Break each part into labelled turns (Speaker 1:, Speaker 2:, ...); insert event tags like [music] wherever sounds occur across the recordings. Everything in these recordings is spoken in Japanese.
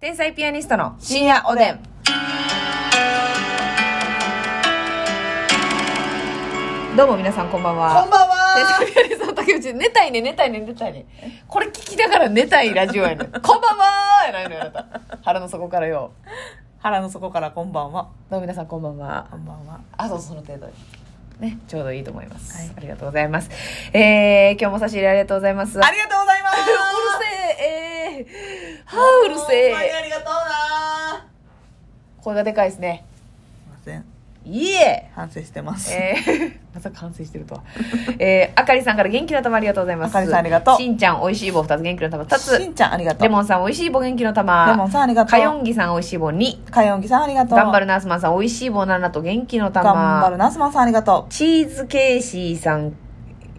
Speaker 1: 天才ピアニストの深夜おでん。どうも皆さんこんばん
Speaker 2: こん
Speaker 1: は。
Speaker 2: ばん
Speaker 1: 天
Speaker 2: は
Speaker 1: 才ピアニストの竹内、寝たいね、寝たいね、寝たいね。これ聞きながら寝たいラジオやねん。 [laughs] こんばんはーやないのよ、あなた。腹の底からよ。
Speaker 2: 腹の底からこんばんは。
Speaker 1: どうも皆さんこんばんは。
Speaker 2: こんばんは。
Speaker 1: あとその程度にね、ちょうどいいと思います。
Speaker 2: はい
Speaker 1: ありがとうございます。えー、今日も差し入れありがとうございます。
Speaker 2: ありがとうございます
Speaker 1: うるせえ、えー、はあ、うるせ
Speaker 2: ほんまにあ
Speaker 1: え。
Speaker 2: りがとうな
Speaker 1: 声がでかいですね。
Speaker 2: すいません。
Speaker 1: いえ
Speaker 2: 反省してます。
Speaker 1: えーまさか完成してるとは。えー、あかりさんから元気の玉ありがとうございます。
Speaker 2: あかりさんありがとう
Speaker 1: しんちゃん、おいしい棒2つ、元気の玉2
Speaker 2: し
Speaker 1: つ。
Speaker 2: んちゃんありがとう。
Speaker 1: レモンさん、おいしい棒元気の玉。
Speaker 2: レモンさんありがとう
Speaker 1: かよんぎさん、おいしい棒2。
Speaker 2: かよんぎさんありがとう。
Speaker 1: 頑張るナースマンさん、おいしい棒7と元気の玉。
Speaker 2: 頑張るなすまんさんありがと
Speaker 1: チーズケーシーさん、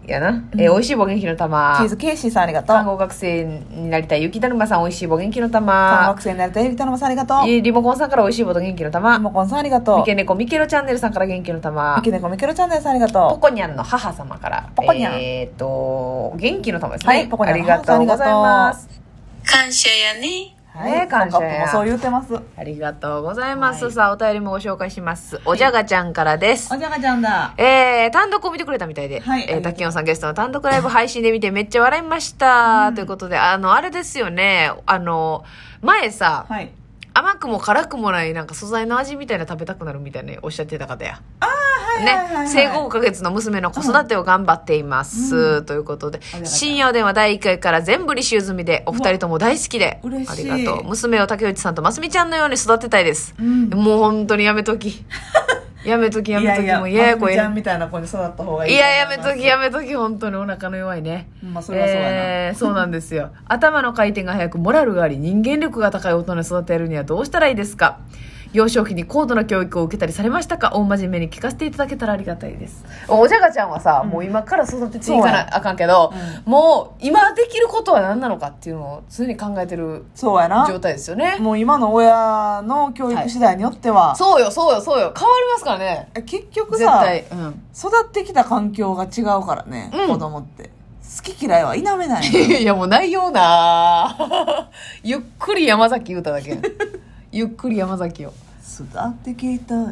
Speaker 1: やな。えー、おいしい棒元気の
Speaker 2: う。
Speaker 1: 玉。
Speaker 2: チーズケイシーさんありがとう。
Speaker 1: 看護学生になりたい、ゆきだるまさん、おいしい棒元気の
Speaker 2: 看護
Speaker 1: 玉
Speaker 2: 学。生になりたいゆりたのまさんありがとう。リ
Speaker 1: えーリモコンさんからおいしい棒と元気の玉。
Speaker 2: モコンさんありがとう。
Speaker 1: み
Speaker 2: ミ
Speaker 1: けねこみけろチャンネルさんから元気の玉。
Speaker 2: ケネコミケロチャンネルさんありが
Speaker 1: ポ
Speaker 2: と
Speaker 1: コニャンの母様から。
Speaker 2: ポコニャン
Speaker 1: えっ、と、元気の玉ですね。
Speaker 2: はいポコニャン
Speaker 1: ありがとうございます。
Speaker 3: 感謝やね。
Speaker 2: う。
Speaker 1: ね
Speaker 2: はい、
Speaker 1: 感謝
Speaker 2: カップもそう言うてます。お
Speaker 1: ありがとうございます。
Speaker 2: はい
Speaker 1: さあ、お便りもご紹介します。おじゃがちゃんからです。
Speaker 2: じゃがちゃんだ。
Speaker 1: えー、単独を見てくれたみたいで、
Speaker 2: はい
Speaker 1: えー、滝音さんゲストの単独ライブ配信で見てめっちゃ笑いました。ということで、あの、あれですよね、あの、前さ、
Speaker 2: はい。
Speaker 1: 甘くも辛くもないなんか素材の味みたいな食べたくなるみたいなおっしゃってた方や。
Speaker 2: はいはいはいは
Speaker 1: ね、
Speaker 2: い
Speaker 1: 生後5ヶ月の娘の子育てを頑張っています。
Speaker 2: う
Speaker 1: ということで
Speaker 2: りがた、い
Speaker 1: 深夜おでんは第1回から全部履修済みで、お二人とも大好きで、
Speaker 2: うわ嬉しい
Speaker 1: ありがとう。娘を竹内さんとますみちゃんのように育てたいです。
Speaker 2: うん
Speaker 1: もう本当にやめと
Speaker 2: [laughs]
Speaker 1: き。やめときやめとき。もう
Speaker 2: い
Speaker 1: 嫌や、
Speaker 2: やいや、
Speaker 1: こ
Speaker 2: ま
Speaker 1: れ。
Speaker 2: すみ
Speaker 1: い
Speaker 2: ちゃんみたいな子に育った方がいい。
Speaker 1: や、やめとき、やめとき、本当にお腹の弱いね。
Speaker 2: まあそれはそうやな
Speaker 1: えーそうなんですよ。頭の回転が速く、モラルがあり、人間力が高い大人に育てるにはどうしたらいいですか幼少期に高度な教育を受けたりされましたか大真面目に聞かせていただけたらありがたいです。おじゃがちゃんはさ、もう今から育てていかなあかんけど、もう今できることは何なのかっていうのを常に考えてる
Speaker 2: そうやな。
Speaker 1: 状態ですよね。
Speaker 2: もう今の親の教育次第によっては、
Speaker 1: そうよ、そうよ、そうよ。変わりますからね。
Speaker 2: 結局
Speaker 1: 絶
Speaker 2: さ
Speaker 1: 対。うん。
Speaker 2: 育ってきた環境が違うからね、
Speaker 1: うん
Speaker 2: 子供って好き嫌いは否
Speaker 1: [laughs]
Speaker 2: めないの
Speaker 1: いや、もうないような [laughs] ゆっくり山崎歌だけやん。ゆっくり山崎を。
Speaker 2: 育ってきたよ
Speaker 1: い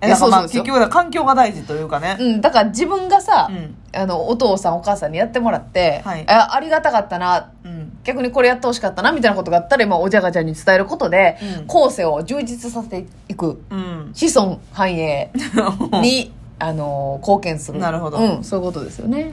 Speaker 2: え
Speaker 1: や
Speaker 2: だからま
Speaker 1: そうそ
Speaker 2: あ
Speaker 1: うですよ
Speaker 2: 結局だから環境が大事というかね、
Speaker 1: うん、だから自分がさ、
Speaker 2: うん
Speaker 1: あの、お父さんお母さんにやってもらって、
Speaker 2: はい
Speaker 1: あありがたかったな、
Speaker 2: うん
Speaker 1: 逆にこれやってほしかったな、みたいなことがあったら、今、おじゃがちゃんに伝えることで、
Speaker 2: うん
Speaker 1: 後世を充実させていく、
Speaker 2: うん
Speaker 1: 子孫繁栄 [laughs] に、あの貢献する。
Speaker 2: なるほど
Speaker 1: うん、そういうことですよね。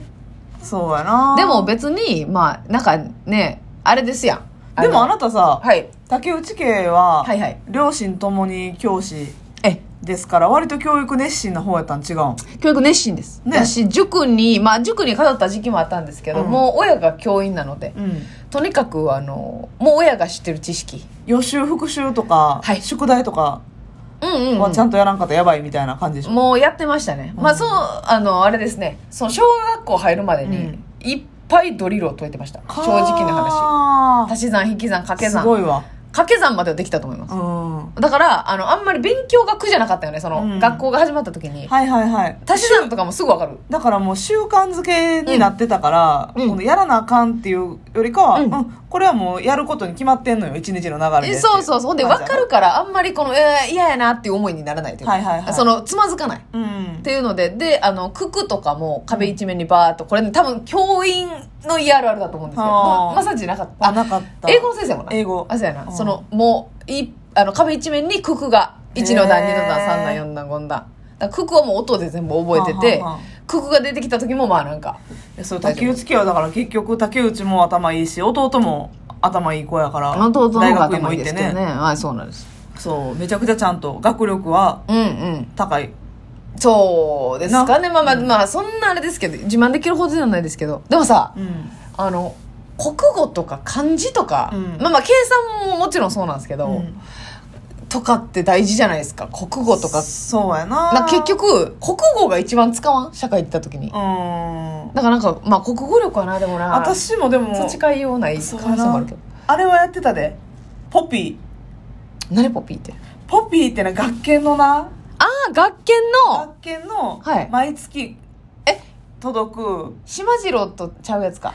Speaker 2: そうやな
Speaker 1: でも別に、まあ、なんかね、あれですやん。
Speaker 2: でもあ
Speaker 1: の、
Speaker 2: なたさ、
Speaker 1: はい。
Speaker 2: 竹内家は、
Speaker 1: はいはい
Speaker 2: 両親ともに教師
Speaker 1: え、
Speaker 2: ですから割と教育熱心な方やったん違うん
Speaker 1: 教育熱心です。
Speaker 2: ね
Speaker 1: 私、塾に、まあ、塾に通った時期もあったんですけど、
Speaker 2: うん
Speaker 1: もう親が教員なので、
Speaker 2: うん
Speaker 1: とにかく、あの、もう親が知ってる知識。
Speaker 2: 予習復習とか、
Speaker 1: はい
Speaker 2: 宿題とか
Speaker 1: うんうん、う
Speaker 2: は
Speaker 1: ん
Speaker 2: ちゃんとやらんかったらやばいみたいな感じでしょ、
Speaker 1: もうやってましたね。まあ、そう、あの、あれですね、その小学校入るまでに、
Speaker 2: うん
Speaker 1: いっぱいドリルを解いてました。正直な話。
Speaker 2: 話
Speaker 1: 足し算、引き算、掛け
Speaker 2: す
Speaker 1: 算。
Speaker 2: ごいわ
Speaker 1: 掛け算まではできたと思います。
Speaker 2: うん
Speaker 1: だから、あの、あんまり勉強が苦じゃなかったよね、その、
Speaker 2: うん
Speaker 1: 学校が始まった時に。
Speaker 2: はいはいはい
Speaker 1: 足し算とかもすぐわかる。
Speaker 2: だからもう習慣づけになってたから、
Speaker 1: うん
Speaker 2: このやらなあかんっていうよりかは、
Speaker 1: うん
Speaker 2: うんこれはもうやることに決まってんのよ一日の流れでってい
Speaker 1: えそうそうそう。ほんで、
Speaker 2: 感
Speaker 1: わ
Speaker 2: じや
Speaker 1: かるから、あんまりこの、えー嫌やなっていう思いにならないというか、
Speaker 2: はいはいはい
Speaker 1: その、つまずかない。
Speaker 2: う
Speaker 1: っ
Speaker 2: ん
Speaker 1: ていうので、で、あの、九九とかも壁一面にバーっと、これね、多分教員の ERR だと思うんですけど、
Speaker 2: は
Speaker 1: ま
Speaker 2: あ
Speaker 1: まさじなかった。
Speaker 2: あなかった
Speaker 1: 英語の先生もな。
Speaker 2: 英語
Speaker 1: あ、そうやな。
Speaker 2: うん
Speaker 1: その、もう、い、あの、壁一面に九九が、1の段、
Speaker 2: へー
Speaker 1: 2の段、3段、4段、5段。だから九九はもう音で全部覚えてて
Speaker 2: はあはあはあ、
Speaker 1: 九九が出てきた時もまあなんか、
Speaker 2: えそう竹内家はだから結局竹内も頭いいし弟も頭いい子やから
Speaker 1: 弟の
Speaker 2: 大
Speaker 1: 方が
Speaker 2: 学院も
Speaker 1: 頭いい
Speaker 2: 行
Speaker 1: で
Speaker 2: って
Speaker 1: すけどね。
Speaker 2: ね
Speaker 1: はい、そうなんです。
Speaker 2: そうめちゃくちゃちゃんと学力は
Speaker 1: うんうん。
Speaker 2: 高い
Speaker 1: そうですかね。まあまあ、まあ、そんなあれですけど、自慢できるほどではないですけど。でもさ、
Speaker 2: うん
Speaker 1: あの国語とか漢字とか、
Speaker 2: うん
Speaker 1: まあまあ計算ももちろんそうなんですけど、
Speaker 2: うん
Speaker 1: とかって大事じゃないですか国語とか
Speaker 2: そうや
Speaker 1: な
Speaker 2: な
Speaker 1: んか結局国語が一番使わん社会行った時に、
Speaker 2: うん
Speaker 1: だからなんかまあ国語力はなでもな
Speaker 2: 私もでも
Speaker 1: そっちかいようない
Speaker 2: そう
Speaker 1: 可
Speaker 2: や
Speaker 1: 能性もあ
Speaker 2: な
Speaker 1: るけど
Speaker 2: あれはやってたでポピー
Speaker 1: 何ポピーって
Speaker 2: ポピーってな学研のな
Speaker 1: ああ学研の
Speaker 2: 学研の
Speaker 1: はい
Speaker 2: 毎月
Speaker 1: え
Speaker 2: 届く、
Speaker 1: 島次郎とちゃうやつか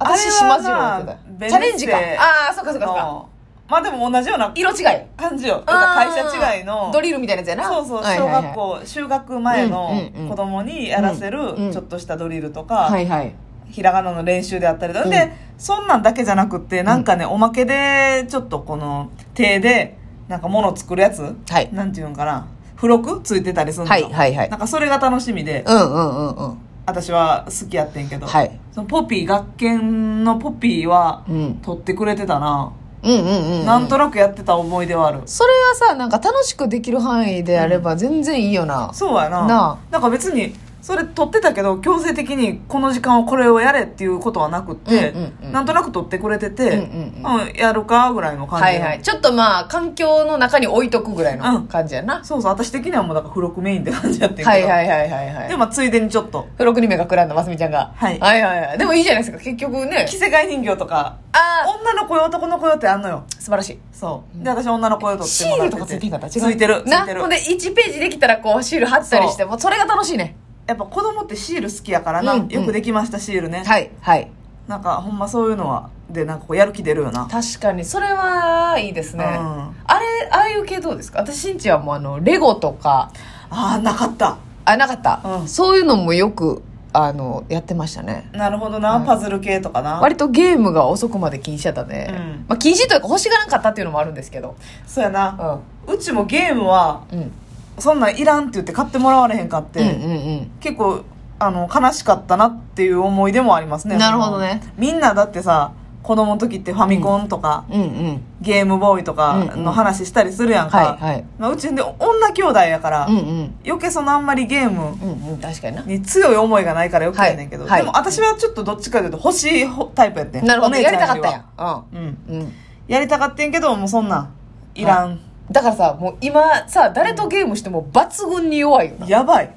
Speaker 2: あれ
Speaker 1: 私
Speaker 2: は
Speaker 1: 島
Speaker 2: な
Speaker 1: 次郎って言ってた
Speaker 2: ベネッ
Speaker 1: チ
Speaker 2: セ
Speaker 1: ャレンジかああそうかそうかそうか
Speaker 2: のまあでも同じような
Speaker 1: 色違い
Speaker 2: 感じよ会社違い
Speaker 1: あ
Speaker 2: の
Speaker 1: ードリルみたいなやつやな
Speaker 2: そうそう
Speaker 1: はい
Speaker 2: 小
Speaker 1: はいはい
Speaker 2: 学校就学前の
Speaker 1: うんうんうん
Speaker 2: 子供にやらせる
Speaker 1: うんうん
Speaker 2: ちょっとしたドリルとか、
Speaker 1: はいはい
Speaker 2: ひらがなの練習であったりとか、
Speaker 1: うん
Speaker 2: でそんなんだけじゃなくってなんかね、おまけでちょっとこの手でなんか物作るやつ、
Speaker 1: はい
Speaker 2: なんていうのかな付録ついてたりするの
Speaker 1: はいはいはい
Speaker 2: なんかそれが楽しみで、
Speaker 1: うんうんうんうん
Speaker 2: 私は好きやってんけど、
Speaker 1: はい
Speaker 2: そのポピー学研のポピーは
Speaker 1: うん
Speaker 2: 取ってくれてたな、
Speaker 1: うんうんうん
Speaker 2: なんとなくやってた思い出はある
Speaker 1: それはさなんか楽しくできる範囲であれば全然いいよな、
Speaker 2: そうやな
Speaker 1: な
Speaker 2: なんか別にそれ取ってたけど強制的にこの時間をこれをやれっていうことはなくって、
Speaker 1: うんうんうん
Speaker 2: なんとなく取ってくれてて、
Speaker 1: うんうん
Speaker 2: うんやるかぐらいの感じ
Speaker 1: は
Speaker 2: で
Speaker 1: いはいちょっとまあ環境の中に置いとくぐらいの感じやな、
Speaker 2: そうそう私的にはもうだから付録メインって感じやってるけど、
Speaker 1: はいはいはいはいはい
Speaker 2: でもついでにちょっと
Speaker 1: 付録に目がくらんだますみちゃんが、
Speaker 2: はい
Speaker 1: はいはいはいでもいいじゃないですか結局ね
Speaker 2: 着せ替え人形とか
Speaker 1: ああ
Speaker 2: 女の子用男の子用ってあんのよ
Speaker 1: 素晴らしい
Speaker 2: そうで私女の子用取って
Speaker 1: シ
Speaker 2: も
Speaker 1: ー
Speaker 2: らっ
Speaker 1: ル
Speaker 2: て
Speaker 1: と
Speaker 2: て
Speaker 1: かついてんかった違う
Speaker 2: ついてるつ
Speaker 1: ない
Speaker 2: てる
Speaker 1: ほんで1ページできたらこうシール貼ったりしてもうそれが楽しいね
Speaker 2: やっぱ子供ってシール好きやからな、
Speaker 1: うんうん
Speaker 2: よくできましたシールね、
Speaker 1: はいはい
Speaker 2: なんかほんまそういうのはでなんかこうやる気出るよな
Speaker 1: 確かにそれはいいですね、
Speaker 2: うん
Speaker 1: あれああいう系どうですか私んちはもうあのレゴとか
Speaker 2: ああなかった
Speaker 1: あなかった、
Speaker 2: うん
Speaker 1: そういうのもよくあのやってましたね
Speaker 2: なるほどな、
Speaker 1: うん
Speaker 2: パズル系とかな
Speaker 1: 割とゲームが遅くまで禁止だったね、
Speaker 2: うん
Speaker 1: まあ、禁止というか欲しがらんかったっていうのもあるんですけど
Speaker 2: そうや
Speaker 1: う
Speaker 2: なんうちもゲームは
Speaker 1: うん
Speaker 2: そんなんいらんって言って買ってもらわれへんかって、
Speaker 1: うんうん
Speaker 2: 結構あの悲しかったなっていう思い出もありますね
Speaker 1: なるほどね
Speaker 2: みんなだってさ子供の時ってファミコンとか、
Speaker 1: うんうんうん
Speaker 2: ゲームボーイとか
Speaker 1: うんうん
Speaker 2: の話したりするやんか、
Speaker 1: はいはい
Speaker 2: まあ、うちで女兄弟やから、
Speaker 1: うんうん
Speaker 2: 余計そのあんまりゲーム
Speaker 1: うんうん確かにな
Speaker 2: に強い思いがないからよくやねんけど、
Speaker 1: はいはい
Speaker 2: でも私はちょっとどっちかというと欲しいほタイプやってん
Speaker 1: なるほ
Speaker 2: お
Speaker 1: ど
Speaker 2: 姉ち
Speaker 1: や
Speaker 2: ゃん
Speaker 1: り
Speaker 2: よ
Speaker 1: たか
Speaker 2: り
Speaker 1: っ
Speaker 2: は
Speaker 1: たんや
Speaker 2: うん
Speaker 1: うんうん
Speaker 2: やりたかってんけどもうそんなんいらん、
Speaker 1: だからさもう今さ誰とゲームしても抜群に弱いよな
Speaker 2: やばい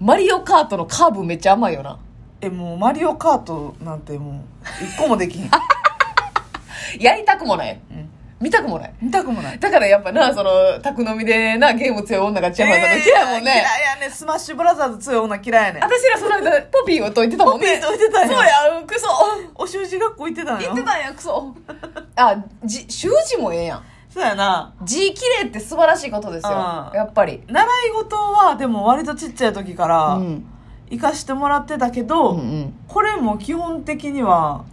Speaker 1: マリオカートのカーブめっちゃ甘いよな
Speaker 2: えもうマリオカートなんてもう一個もできへん、
Speaker 1: やりたくもない
Speaker 2: うん
Speaker 1: 見たくもない
Speaker 2: 見たくもない
Speaker 1: だからやっぱなその宅飲みでなゲーム強い女がチヤホヤされたの嫌やもんね、
Speaker 2: えー嫌やねスマッシュブラザーズ強い女嫌いやね
Speaker 1: 私らその間ポピーを解いてたもんね
Speaker 2: ポピー解いてたんや
Speaker 1: そうやうんクソ
Speaker 2: お習字学校行ってたの
Speaker 1: 言
Speaker 2: よ
Speaker 1: ってたんやクソあじ習字もええやん
Speaker 2: そうやな
Speaker 1: 字綺麗って素晴らしいことですよ
Speaker 2: うん
Speaker 1: やっぱり
Speaker 2: 習い事はでも割とちっちゃい時か
Speaker 1: う
Speaker 2: ら
Speaker 1: ん
Speaker 2: 行かしてもらってたけ
Speaker 1: う
Speaker 2: ど、
Speaker 1: んうん
Speaker 2: これも基本的には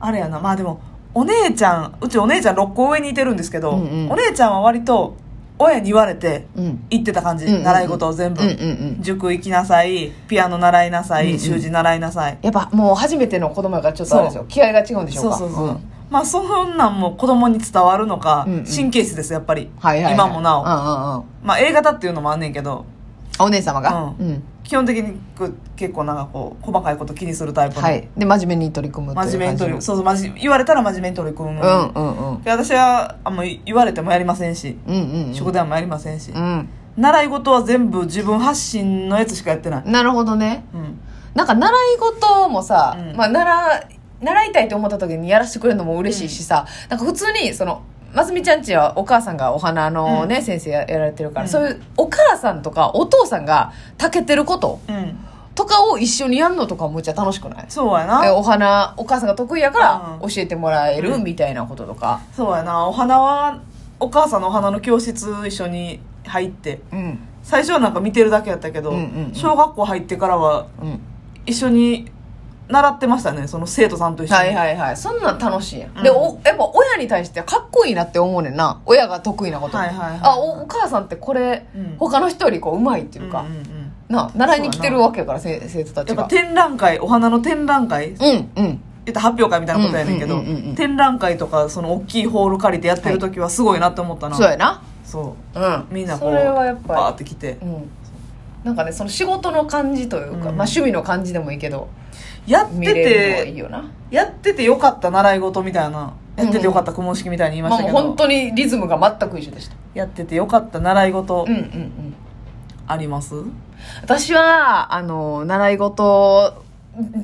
Speaker 2: あれやなまあでもお姉ちゃんうちお姉ちゃん6個上にいてるんですけど、
Speaker 1: うんうん
Speaker 2: お姉ちゃんは割と親に言われて
Speaker 1: うん
Speaker 2: 行ってた感じ、
Speaker 1: うんうんうん
Speaker 2: 習い事を全部、
Speaker 1: うんうんうん
Speaker 2: 塾行きなさいピアノ習いなさい、
Speaker 1: うんうん
Speaker 2: 習字習いなさい
Speaker 1: やっぱもう初めての子供がちょっとあれですよ気合が違うんでしょ
Speaker 2: そうう
Speaker 1: か
Speaker 2: そうそう、
Speaker 1: ん
Speaker 2: まあそんなんも子供に伝わるのか、
Speaker 1: うんうん
Speaker 2: 神経質ですやっぱり、
Speaker 1: はいはいはい
Speaker 2: 今もなお、
Speaker 1: うんうんうん
Speaker 2: まあ A 型っていうのもあんねんけど
Speaker 1: あお姉様が
Speaker 2: う
Speaker 1: うん
Speaker 2: 基本的にく結構なんかこう細かいこと気にするタイプの、
Speaker 1: はいで真面目に取り組むっていう
Speaker 2: 真面目に取
Speaker 1: 感
Speaker 2: り
Speaker 1: じ
Speaker 2: そうそう真面言われたら真面目に取り組む、
Speaker 1: のうんうんうん
Speaker 2: で私はあんま言われてもやりませんし、
Speaker 1: うんうんうん
Speaker 2: 食堂もやりませんし、
Speaker 1: うん
Speaker 2: 習い事は全部自分発信のやつしかやってない、
Speaker 1: なるほどね
Speaker 2: うん、
Speaker 1: なんか習い事もさ、
Speaker 2: うん
Speaker 1: まあ習習いたいと思った時にやらせてくれるのも嬉しいしさ、なんか普通にそのますみちゃんちはお母さんがお花のね、先生ややられてるから、
Speaker 2: うん
Speaker 1: そういうお母さんとかお父さんがたけてること
Speaker 2: うん、
Speaker 1: とかを一緒にやるのとかむっちゃ楽しくない
Speaker 2: そうや
Speaker 1: え
Speaker 2: な
Speaker 1: お花お母さんが得意やから
Speaker 2: う
Speaker 1: 教えてもらえるみたいなこととか、
Speaker 2: そうやなお花はお母さんのお花の教室一緒に入って
Speaker 1: うん
Speaker 2: 最初はなんか見てるだけやったけど、
Speaker 1: うんうんうん
Speaker 2: 小学校入ってからは
Speaker 1: うん、
Speaker 2: 一緒に習ってましたねその生徒さんと一緒
Speaker 1: は
Speaker 2: に、
Speaker 1: いはいはいそんなん楽しいやん、
Speaker 2: うん
Speaker 1: でおやっぱ親に対してかっこいいなって思うねんな親が得意なこと、
Speaker 2: はいはいはい
Speaker 1: あおお母さんってこれ、
Speaker 2: うん
Speaker 1: 他の人よりこううまいっていうか、
Speaker 2: うんうんうん
Speaker 1: な習いに来てるわけやからせ生徒た
Speaker 2: や
Speaker 1: ち
Speaker 2: っぱ
Speaker 1: が
Speaker 2: 展覧会お花の展覧会
Speaker 1: うんうん
Speaker 2: 言ったら発表会みたいなことやねんけど、
Speaker 1: うんうんうんうん
Speaker 2: 展覧会とかその大きいホール借りてやってる時はすごいなって思ったな、
Speaker 1: そうやな
Speaker 2: そ
Speaker 1: うん
Speaker 2: うみんなこ
Speaker 1: そうれはやっ
Speaker 2: バー
Speaker 1: ぱ
Speaker 2: って来て
Speaker 1: りうんなんかねその仕事の感じというか、
Speaker 2: うん
Speaker 1: まあ趣味の感じでもいいけど
Speaker 2: やっ
Speaker 1: 見
Speaker 2: て
Speaker 1: れるのはい
Speaker 2: て
Speaker 1: いよな
Speaker 2: やっててよかった習い事みたいなやっててよかった公文式みたいに言いま
Speaker 1: ま
Speaker 2: し
Speaker 1: あ
Speaker 2: た
Speaker 1: もう
Speaker 2: けど、
Speaker 1: 本当にリズムが全く一緒でした
Speaker 2: やっててよかった習い事
Speaker 1: うんうんうん
Speaker 2: あります、
Speaker 1: 私はあの習い事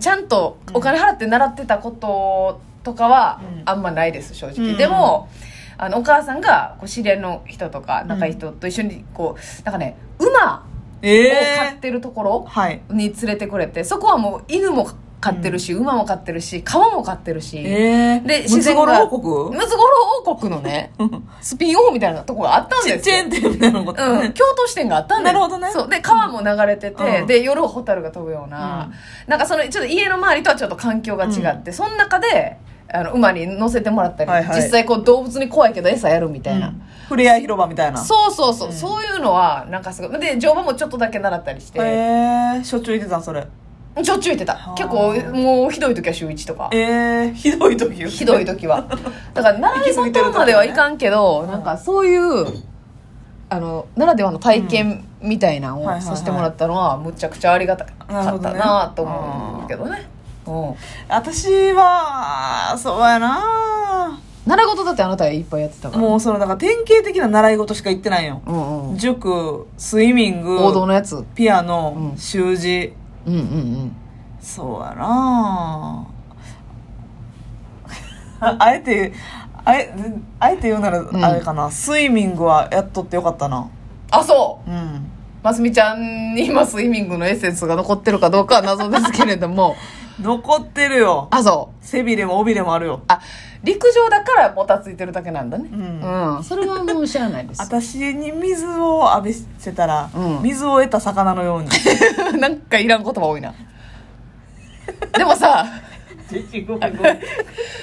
Speaker 1: ちゃんとお金払って習ってたこととかは
Speaker 2: うん
Speaker 1: あんまないです正直、
Speaker 2: うん
Speaker 1: でもあのお母さんがこう知り合いの人とか仲いい人と一緒にこうなんかね馬を
Speaker 2: え
Speaker 1: 飼っ
Speaker 2: え
Speaker 1: てるところ
Speaker 2: はい
Speaker 1: に連れてくれてそこはもう犬も飼ってるし、馬も飼ってるし川も飼ってるし、
Speaker 2: ええ
Speaker 1: で
Speaker 2: ムツゴロウ王
Speaker 1: [laughs]
Speaker 2: 国
Speaker 1: ムツゴロウ王国のねスピンオフみたいなとこがあったん
Speaker 2: ち
Speaker 1: で
Speaker 2: っ
Speaker 1: す
Speaker 2: ち
Speaker 1: よ
Speaker 2: ゃい店みたいなこと
Speaker 1: うん、京都支店があったんだよ
Speaker 2: なるほどね
Speaker 1: そうで川も流れてて、
Speaker 2: うん
Speaker 1: で夜ホタルが飛ぶような、なんかそのちょっと家の周りとはちょっと環境が違って、その中であの馬に乗せてもらったり、
Speaker 2: はいはい
Speaker 1: 実際こう動物に怖いけど餌やるみたいな、
Speaker 2: うんふれあい広場みたいな
Speaker 1: そうそうそう、そういうのはなんかすごいで乗馬もちょっとだけ習ったりして、
Speaker 2: ええしょっちゅう行ってたんそれ
Speaker 1: しょっちゅう行ってた
Speaker 2: あ
Speaker 1: 結構もうひどい時は週1とか
Speaker 2: ええひどい時よ
Speaker 1: ひどい時 [laughs] はだから奈良にそんとるまではいかんけど、なんかそういうあの奈良ではの体験みたいなの
Speaker 2: はいはいは
Speaker 1: を
Speaker 2: い
Speaker 1: させてもらったのはむちゃくちゃありがたか
Speaker 2: なる
Speaker 1: っ
Speaker 2: ほど
Speaker 1: た
Speaker 2: ね
Speaker 1: なと思うけどねうん
Speaker 2: [laughs] 私はそうやな
Speaker 1: 習い事だってあなたいっぱいやってたから
Speaker 2: もうそのなんか典型的な習い事しか行ってないよ
Speaker 1: う、んうん、
Speaker 2: 塾スイミング
Speaker 1: 王道のやつうん
Speaker 2: ピアノ、
Speaker 1: うん
Speaker 2: 習字
Speaker 1: うんうん
Speaker 2: そうやな [laughs] ああえてあえあえて言うなら
Speaker 1: ん
Speaker 2: あれかな、スイミングはやっとってよかったな
Speaker 1: あそう
Speaker 2: うん
Speaker 1: ますみちゃんに今スイミングのエッセンスが残ってるかどうかは謎ですけれど [laughs] も
Speaker 2: 残ってるよ
Speaker 1: あそう
Speaker 2: 背びれも尾びれもあるよ
Speaker 1: あ陸上だからもたついてるだけなんだね
Speaker 2: うん
Speaker 1: うん、それはもう知らないです
Speaker 2: 私に水を浴びせたら、
Speaker 1: うん
Speaker 2: 水を得た魚
Speaker 1: [laughs]
Speaker 2: のように
Speaker 1: なんかいらん言葉多いな。でもさ、 [laughs] 熊本プロレス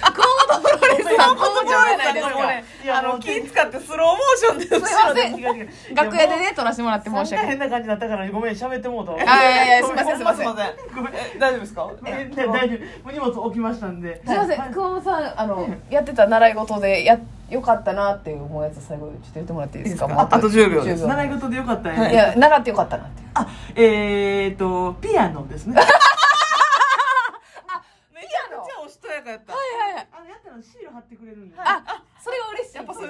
Speaker 1: さん、熊本じゃないですか。
Speaker 2: あの気使ってスローモーションです
Speaker 1: すいません
Speaker 4: 違う違う違う
Speaker 1: 楽屋でね、撮らせてもらって申し
Speaker 4: なん
Speaker 1: 訳ない。
Speaker 4: か変な感じになったからごめん喋ってもう
Speaker 1: あ、
Speaker 4: と
Speaker 1: いやいや、す
Speaker 2: ご
Speaker 1: いま
Speaker 2: めん
Speaker 1: せん、すいません。す
Speaker 2: ごめんえ大丈夫ですか
Speaker 4: えで大丈夫荷物置きました
Speaker 1: [laughs]
Speaker 4: んで
Speaker 1: いません、熊本さん、あの、やってた習い事で、や、よかったなっていう思うやつ、最後、ちょっと言ってもらっていいですか。
Speaker 2: いいです
Speaker 1: も
Speaker 2: か
Speaker 1: う
Speaker 2: あと10秒です
Speaker 1: 10
Speaker 4: 習い事でよかったんや
Speaker 2: はい
Speaker 1: いや、習ってよかったなって。
Speaker 4: あえーとピア
Speaker 1: [laughs]
Speaker 4: ノですね
Speaker 2: めちゃくちゃおしとやかやった
Speaker 1: はいはい。
Speaker 4: あのやったのシール貼ってくれるんで
Speaker 1: あ、それは嬉しい。やっぱ
Speaker 2: そう